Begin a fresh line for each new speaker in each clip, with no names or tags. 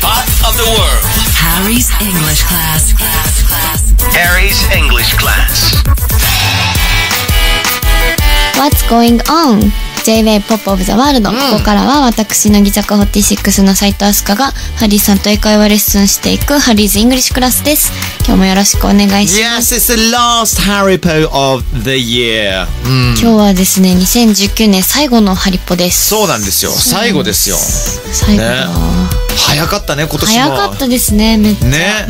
the world.
Harry's English class. class, class.
Harry's English class.
What's going on? J-Way Pop of the World、ここからは私乃木坂46の斉藤飛鳥がハリーさんと英会話レッスンしていくハリーズイングリッシュクラスです今日もよろしくお願いします、
Yes, it's the last Harry Po of the year.
今日はですね2019年最後のハリポです
そうなんですよ。最後ですよ。
最後だ、
ね早かったね、今年も。
早かったですねめっちゃ、
ね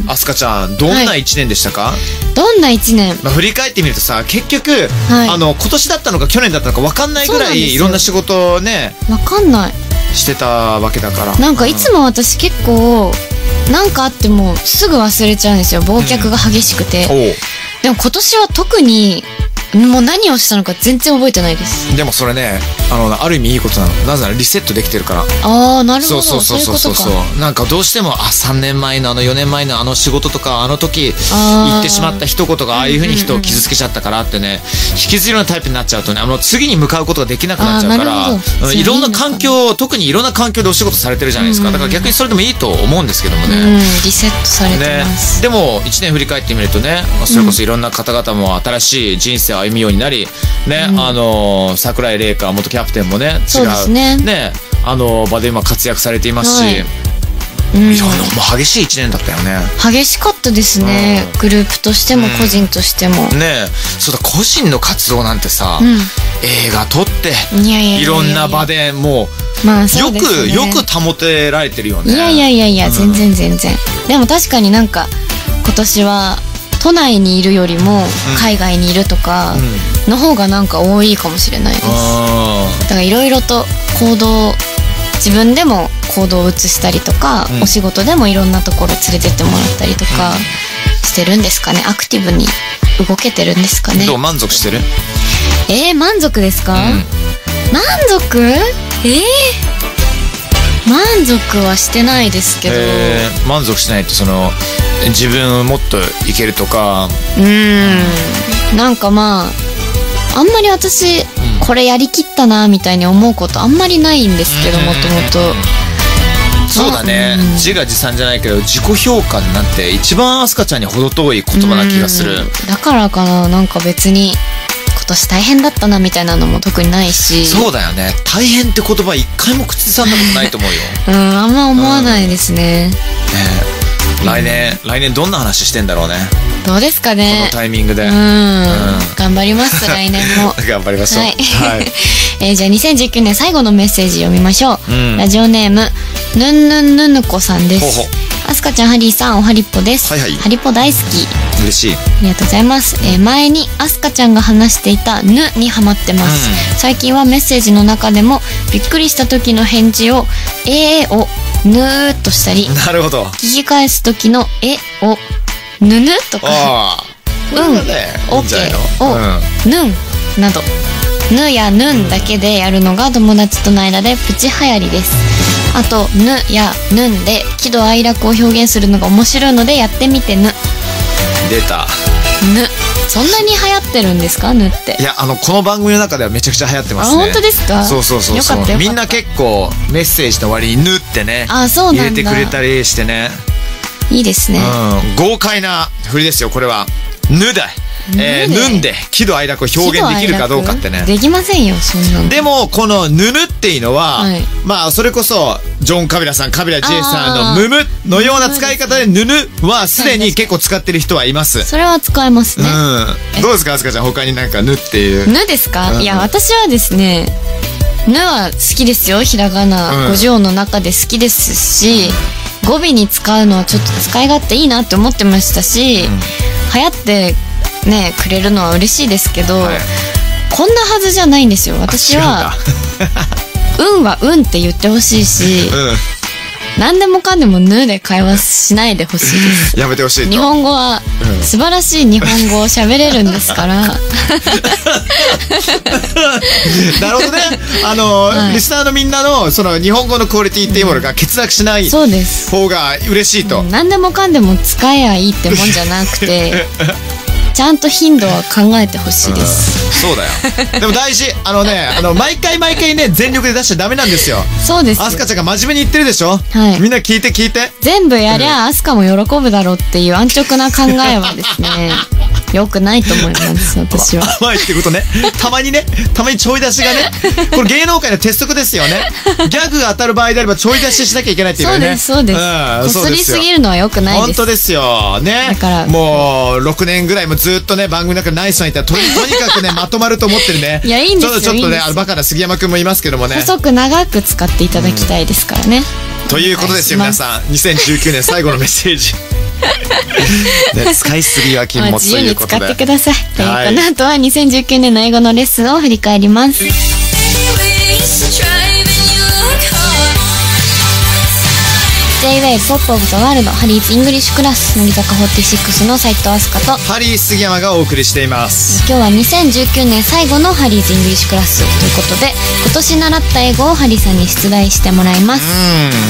うん
アスカちゃん、どんな
はい
一年でしたか、
どんな一年
まあ、振り返ってみるとさ、結局、
はい
あの、今年だったのか去年だったのか分かんないぐ
そう
ら
なんです
い
よ
いろんな仕事をね、
わかんない
してたわけだから。
なんかいつも私結構なんかあってもすぐ忘れちゃうんですよ忘却が激しくて、
お
でも今年は特にもう何をしたのか全然覚えてないです
うでもそれね、あの、ある意味いいことなの。なぜならリセットできてるから。
ああなるほ
そう
ど
そうそうそうそう
いうことか
なんかどうしてもあ3年前のあの4年前のあの仕事とかあの時
あー
言ってしまった一言がああいうふうに人を傷つけちゃったからってね引きずるようなタイプになっちゃうとねあの次に向かうことができなくなっちゃうか
あ
ら
ーなるほど
うんいろんな環境特にいろんな環境でお仕事されてるじゃないですかだから逆にそれでもいいと思うんですけども
うん
ね。
リセットされて
ね
ます、、
でも1年振り返ってみるとねそれこそいろんな方々も新しい人生を歩みようになり、ねあの桜井玲香元キャプテンもね違
そうですね
ねあの場で今活躍されていますし、
はい
い、
うん
ろんなもう激しい一年だったよね。
激しかったですね、グループとしても個人としても、
ねえそうだ個人の活動なんてさ、
うん
映画撮って
いやいややや
いろんな場でも
まあ
う
そ
よ
う
く
です、ね、
よく保てられてるよね。
いやいやいやいや、全然全然でも確かになんか今年は都内にいるよりも海外にいるとかの方がなんか多いかもしれないです、だからいろいろと行動自分でも行動を移したりとか、
うん
お仕事でもいろんなところ連れてってもらったりとかしてるんですかねアクティブに動けてるんですか
うん
ね
どう満足してる、
えー、満足ですか、
うん
満足えー、満足はしてないですけど、
えー満足しないとその自分もっといけるとか
うーんなんかまああんまり私、これやりきったなみたいに思うことあんまりないんですけどもともと
そうだね、
うん
自画自賛じゃないけど自己評価なんて一番アスカちゃんに程遠い言葉な気がする、
だからかななんか別に今年大変だったなみたいなのも特にないし
そうだよね大変って言葉一回も口ずさんだことないと思うよ、ね
うんあんま思わないですね、
え来年来年どんな話してんだろうね
どうですか
この
ね
タイミングで、
うん、頑張り ます来年も
頑張りましょう
はい、
はい、
えーじゃあ2019年最後のメッセージ読みましょう、
うん
ラジオネームぬんぬんぬぬこさんです
ほうほ
あすかちゃんハリーさんおはりっぽです、
はいはい
ハリポ大好き
嬉しい
ありがとうございます、えー前にアスカちゃんが話していた「ぬ」にハマってます、最近はメッセージの中でもびっくりした時の返事を「えー」を「ぬー」っとしたり
なる ほど
聞き返す時の「え」を「ぬぬ」とか
ああ
「う
これ
ん」
はね
「
い
オ
いん
ッ
じ
ケ
ゃないの
ー」を「ぬん」など「ぬ」や「ぬん」だけでやるのが友達との間でプチ流行りですあと「ぬ」や「ぬん」で喜怒哀楽を表現するのが面白いのでやってみて「ぬ」
うん出た
ぬそんなに流行ってるんですかぬって
いやあのこの番組の中ではめちゃくちゃ流行ってますね
あ本当ですか
そうそうそうそ
よ
う
かったよかった
みんな結構メッセージの終わりに「ぬ」ってね
あそうなんだ
入れてくれたりしてね
いいですね、
うん、豪快な振りですよこれは「ぬ」だ「えー
ぬで
ぬ」んで喜怒哀楽を表現できるかどうかってね
できませんよそんなの
でもこの「ぬぬ」っていうのは、
はい
まあそれこそジョン・カビラさんカビラ J さ
あ
ん
ー
の「むむ」のような使い方で「ぬぬ」はすでに結構使ってる人はいます。
それは使えます
う
ね、
ん、どうですかあすかちゃん他になんか「ぬ」っていう。
ぬですか、
うん
いや私はですねぬは好きですよひらがな、
うん
五条の中で好きですし語尾に使うのはちょっと使い勝手いいなって思ってましたし、流行ってねくれるのは嬉しいですけど、
はい
こんなはずじゃないんですよ私は
あ
「うん」は「うん」って言ってほしいし、
違うんだうん
何でもかんでも「ぬ」で会話しないでほしいです
やめてほしいと
日本語は
うん
素晴らしい日本語を喋れるんですから
なるほどねあの、
はい
リスナーのみんなのその日本語のクオリティっていうものが欠落しない
そうです
方が嬉しいと、
何でもかんでも使えやいいってもんじゃなくてちゃんと頻度は考えてほしいです、
そうだよ。でも大事。あのね、あの、毎回毎回ね、全力で出しちゃダメなんですよ。
そうですよ
アスカちゃんが真面目に言ってるでしょ
はい
みんな聞いて聞いて。
全部やりゃアスカも喜ぶだろうっていう安直な考えはですね良くないと思います私は
甘いってことね。たまにね、たまにちょい出しがね。これ芸能界の鉄則ですよね。ギャグが当たる場合であればちょい出ししなきゃいけないっていう
そう
ね。
ですそうです
ん
こ
そう
す
で
りす
よ
ぎるのは良くない
本
です
当ですよ。ね。
だから
もう、6年ぐらいもずっとね、番組の中でナイスさんいたら、とにとに かくね、まとまると思ってるね。
いやいいんですよ
ちょっとちょっと
いいんで
ね、
すよ
あの、バカな杉山くんもいますけどもね。
細く長く使っていただきたいですからね、
ということですよ、
お願
皆
いし
さん。2019年最後のメッセージ。 ね使いすぎは禁
まあ
物
自
と
由
いう
に
こ
使
と
ってく
で。
ださい、という
はい
この後は2019年の英語のレッスンを振り返ります J-WAVE POP OF THE WORLD ハリーズイングリッシュクラス乃木坂46の斉藤飛鳥と
ハリー杉山がお送りしています。
今日は2019年最後のハリーズイングリッシュクラスということで今年習った英語をハリーさんに出題してもらいます、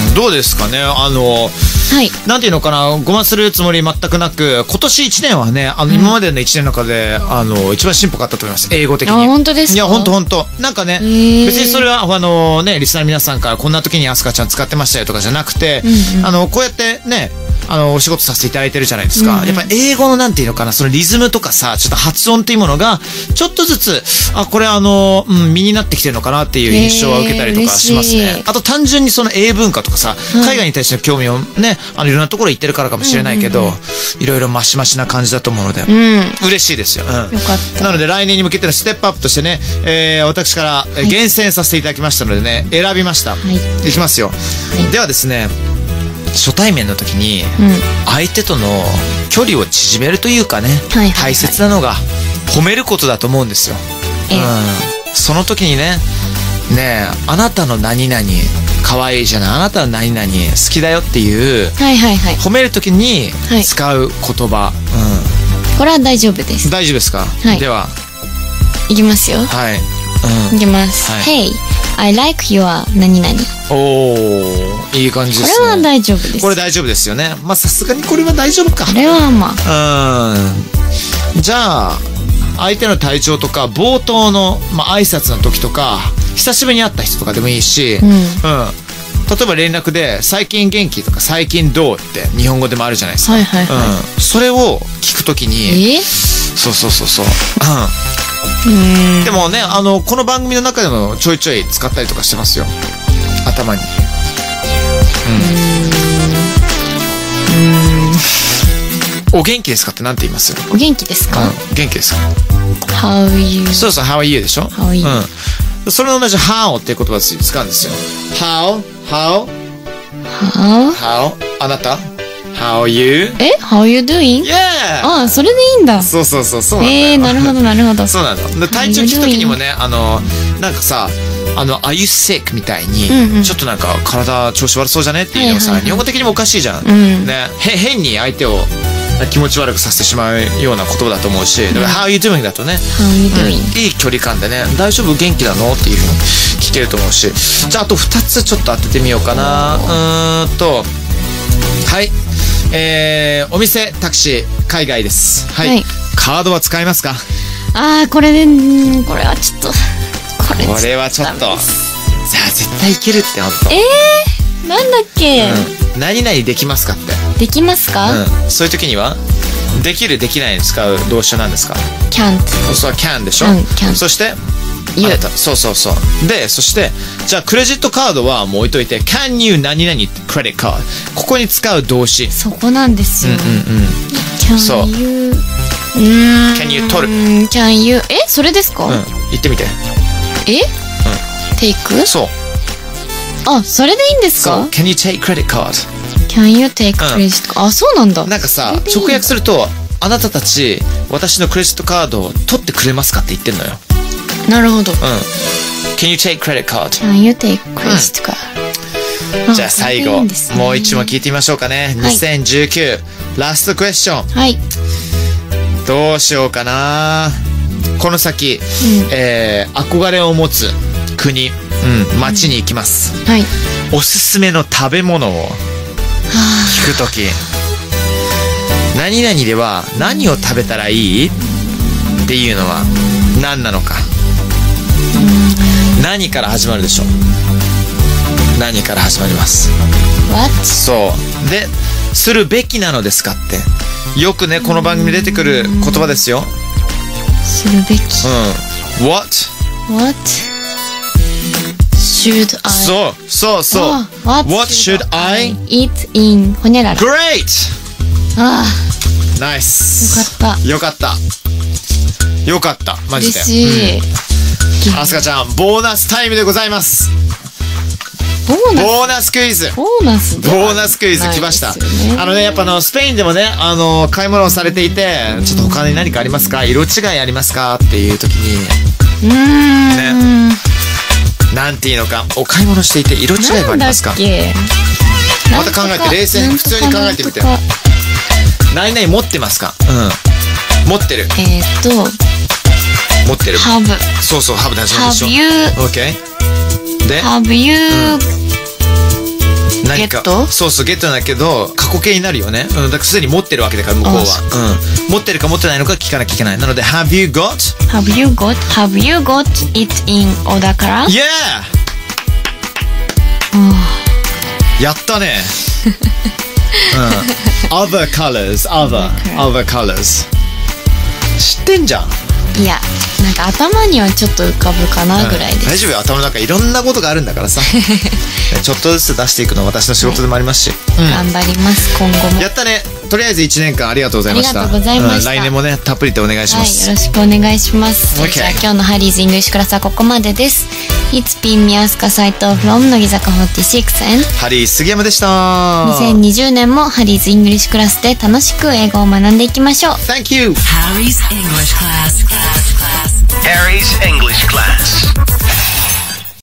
うん、どうですかねあの、
はい
なんていうのかな、ごまするつもり全くなく、今年1年はね、あの、今までの1年の中で、あの、一番進歩があったと思います、英語的に。
あ本当ですか
いや、本当本当なんかね、別
ー
にそれは、あのね、リスナーの皆さんからこんな時にアスカちゃん使ってましたよとかじゃなくて、あの、こうやってね、あの、お仕事させていただいてるじゃないですか。やっぱ英語のなんていうのかな、そのリズムとかさ、ちょっと発音っていうものが、ちょっとずつ、あ、これあの、うん、身になってきてるのかなっていう印象は受けたりとかしますね。
えー嬉しい
あと単純にその英文化とかさ、海外に対しての興味をね、あのいろんなところ行ってるからかもしれないけど、いろいろマシマシな感じだと思うので、嬉しいですよ。うん、
よかった
なので来年に向けてのステップアップとしてね、えー私からえー厳選させていただきましたのでね、選びました。
い
いきますよ、
い
ではですね、初対面の時に、相手との距離を縮めるというかね、
はいはいはい
大切なのが褒めることだと思うんですよ。
ええ
うん、その時にね「ねえあなたの何々可愛いじゃないあなたの何々好きだよ」っていう
はいはいはい
褒める時に
はい
使う言葉、
これは大丈夫で
うん、
す
大丈夫ですか、
はい
ではい
きますよ
はい、
いきます、
はい
Hey I like your 何々こ
うん、おーいい感じで
れ
すね
は大丈夫です
これ大丈夫ですよねまあさすがにこれは大丈夫か
これはまあ
うんじゃあ相手の体調とか冒頭の、まあ挨拶の時とか久しぶりに会った人とかでもいいし、うん
ん
例えば連絡で「最近元気?」とか「最近どう?」って日本語でもあるじゃないですか、
はいはいはい、
うん、それを聞くときに
え
そうそうそうそう、うん、でもねあのこの番組の中でもちょいちょい使ったりとかしてますよ頭にうんお元気ですかってなんて言います
お元気ですか、
うん、元気ですか
How are you
そうそう、How are you でしょ
How are you
うん。それの同じ How っていう言葉を使うんですよ。How? How?
How?
How? あなた ?How are you?
え How are you doing?
Yeah!
ああそれでいいんだ
そうそうそう、そうなんだよ。
えー、なるほどなるほど
そうなの。で体調聞くときにもね、あの、なんかさ、あの、Are you sick? みたいに、
うんうん
ちょっとなんか体調子悪そうじゃねっていうのもさ、
はいはいはい
日本語的にもおかしいじゃん。
ん
ねへ。変に相手を気持ち悪くさせてしまうような言葉だと思うし、だから How are you doing? だとね、
How are you
うん
doing?
いい距離感でね大丈夫元気なのっていうふうに聞けると思うしじゃああと2つちょっと当ててみようかなうーんとはいえー、お店タクシー海外ですはい、
はい
カードは使いますか
ああこれでんーこれはちょっとこれ
これはちょっとじゃあ絶対いけるってほんと、
えー、なんだっけ、
うん、何々できますかって、
できますか、
うん、そういう時にはできるできないに使う動詞は何ですか
can't
それは can でしょ、
うん can
そして
You
あなたそうそうそうでそしてじゃあクレジットカードはもう置いといて can you 何々 credit card ここに使う動詞
そこなんですよ、
うんうん
Can
そう
you うーん
Can you 取る
Can you えそれですか、
うん言ってみて
え、テイク
そう
あそれでいいんです
そう
か
can you take credit card
Can you take
うん
credit、あそうなんだ
なんかさ
それでいい
直訳するとあなたたち私のクレジットカードを取ってくれますかって言ってんのよ
なるほど
うん Can you take credit card?
Can you take credit か、
じゃあ最後もう一問聞いてみましょうかね
はい
2019ラストクエスチョン
問はい
どうしようかなこの先、えー憧れを持つ国、うん、町に行きます、
はい
おすすめの食べ物を聞くとき何々では何を食べたらいいっていうのは何なのか何から始まるでしょう何から始まります
わっ
そうで、するべきなのですかってよくねこの番組に出てくる言葉ですよ
するべき
うん What?
What should I
そうそうそう
あ
What should I?
eat in ほにゃらら
Great!
あ
ナイ
あ
ス
よかった
よかったよかったマジ
嬉
で
しい、
あすかちゃんボーナスタイムでございます
ボーナス
ボーナスクイズ
ボーナスでは
ボーナスクイズ来ました、
ないですよね
あのねやっぱあのスペインでもねあの買い物をされていてちょっと他に何かありますか色違いありますかっていう時に
うーん、
なんていうのかお買い物していて色違いは
な
あ
ん
り
だ
ま
っ
すか
け
また考え
なん
て
とか
冷静に普通に考えてみて
なんとか
何々持ってますかうん持ってる
えーっと
持ってる
have
そうそうハブ大事なんでし
have
ょ
you
OK で
have you
何
ゲッ
か
ト
そうそうゲットなんだけど過去形になるよねうんだからすでに持ってるわけだから向こう
あそ
はうん持ってるか持ってないのか聞かなきゃいけないなので Have you got?
have you got have you got it in order から
Yeah! やったね うん Other colors Other Other colors 知ってんじゃん
いやなんか頭にはちょっと浮かぶかなぐらいで
大
す、
丈夫よ頭の中いろんなことがあるんだか らさちょっとずつ出していくのは私の仕事でもありますし、
頑張ります今後も
うんやったねとりあえず1年間ありがとうございました
ありがとうございました
来年もねたっぷりとお願いしま
はい、
す、
よろしくお願いします。そ
OK
れじゃあ今日のハリーズイングリッシュクラスはここまでです。It's been 宮塚斎藤 from 乃木坂46 and
ハリー杉山でした
2020年もハリーズイングリッシュクラスで楽しく英語を学んでいきましょう。
Thank you
Harry's English class. class, class.
Harry's English class.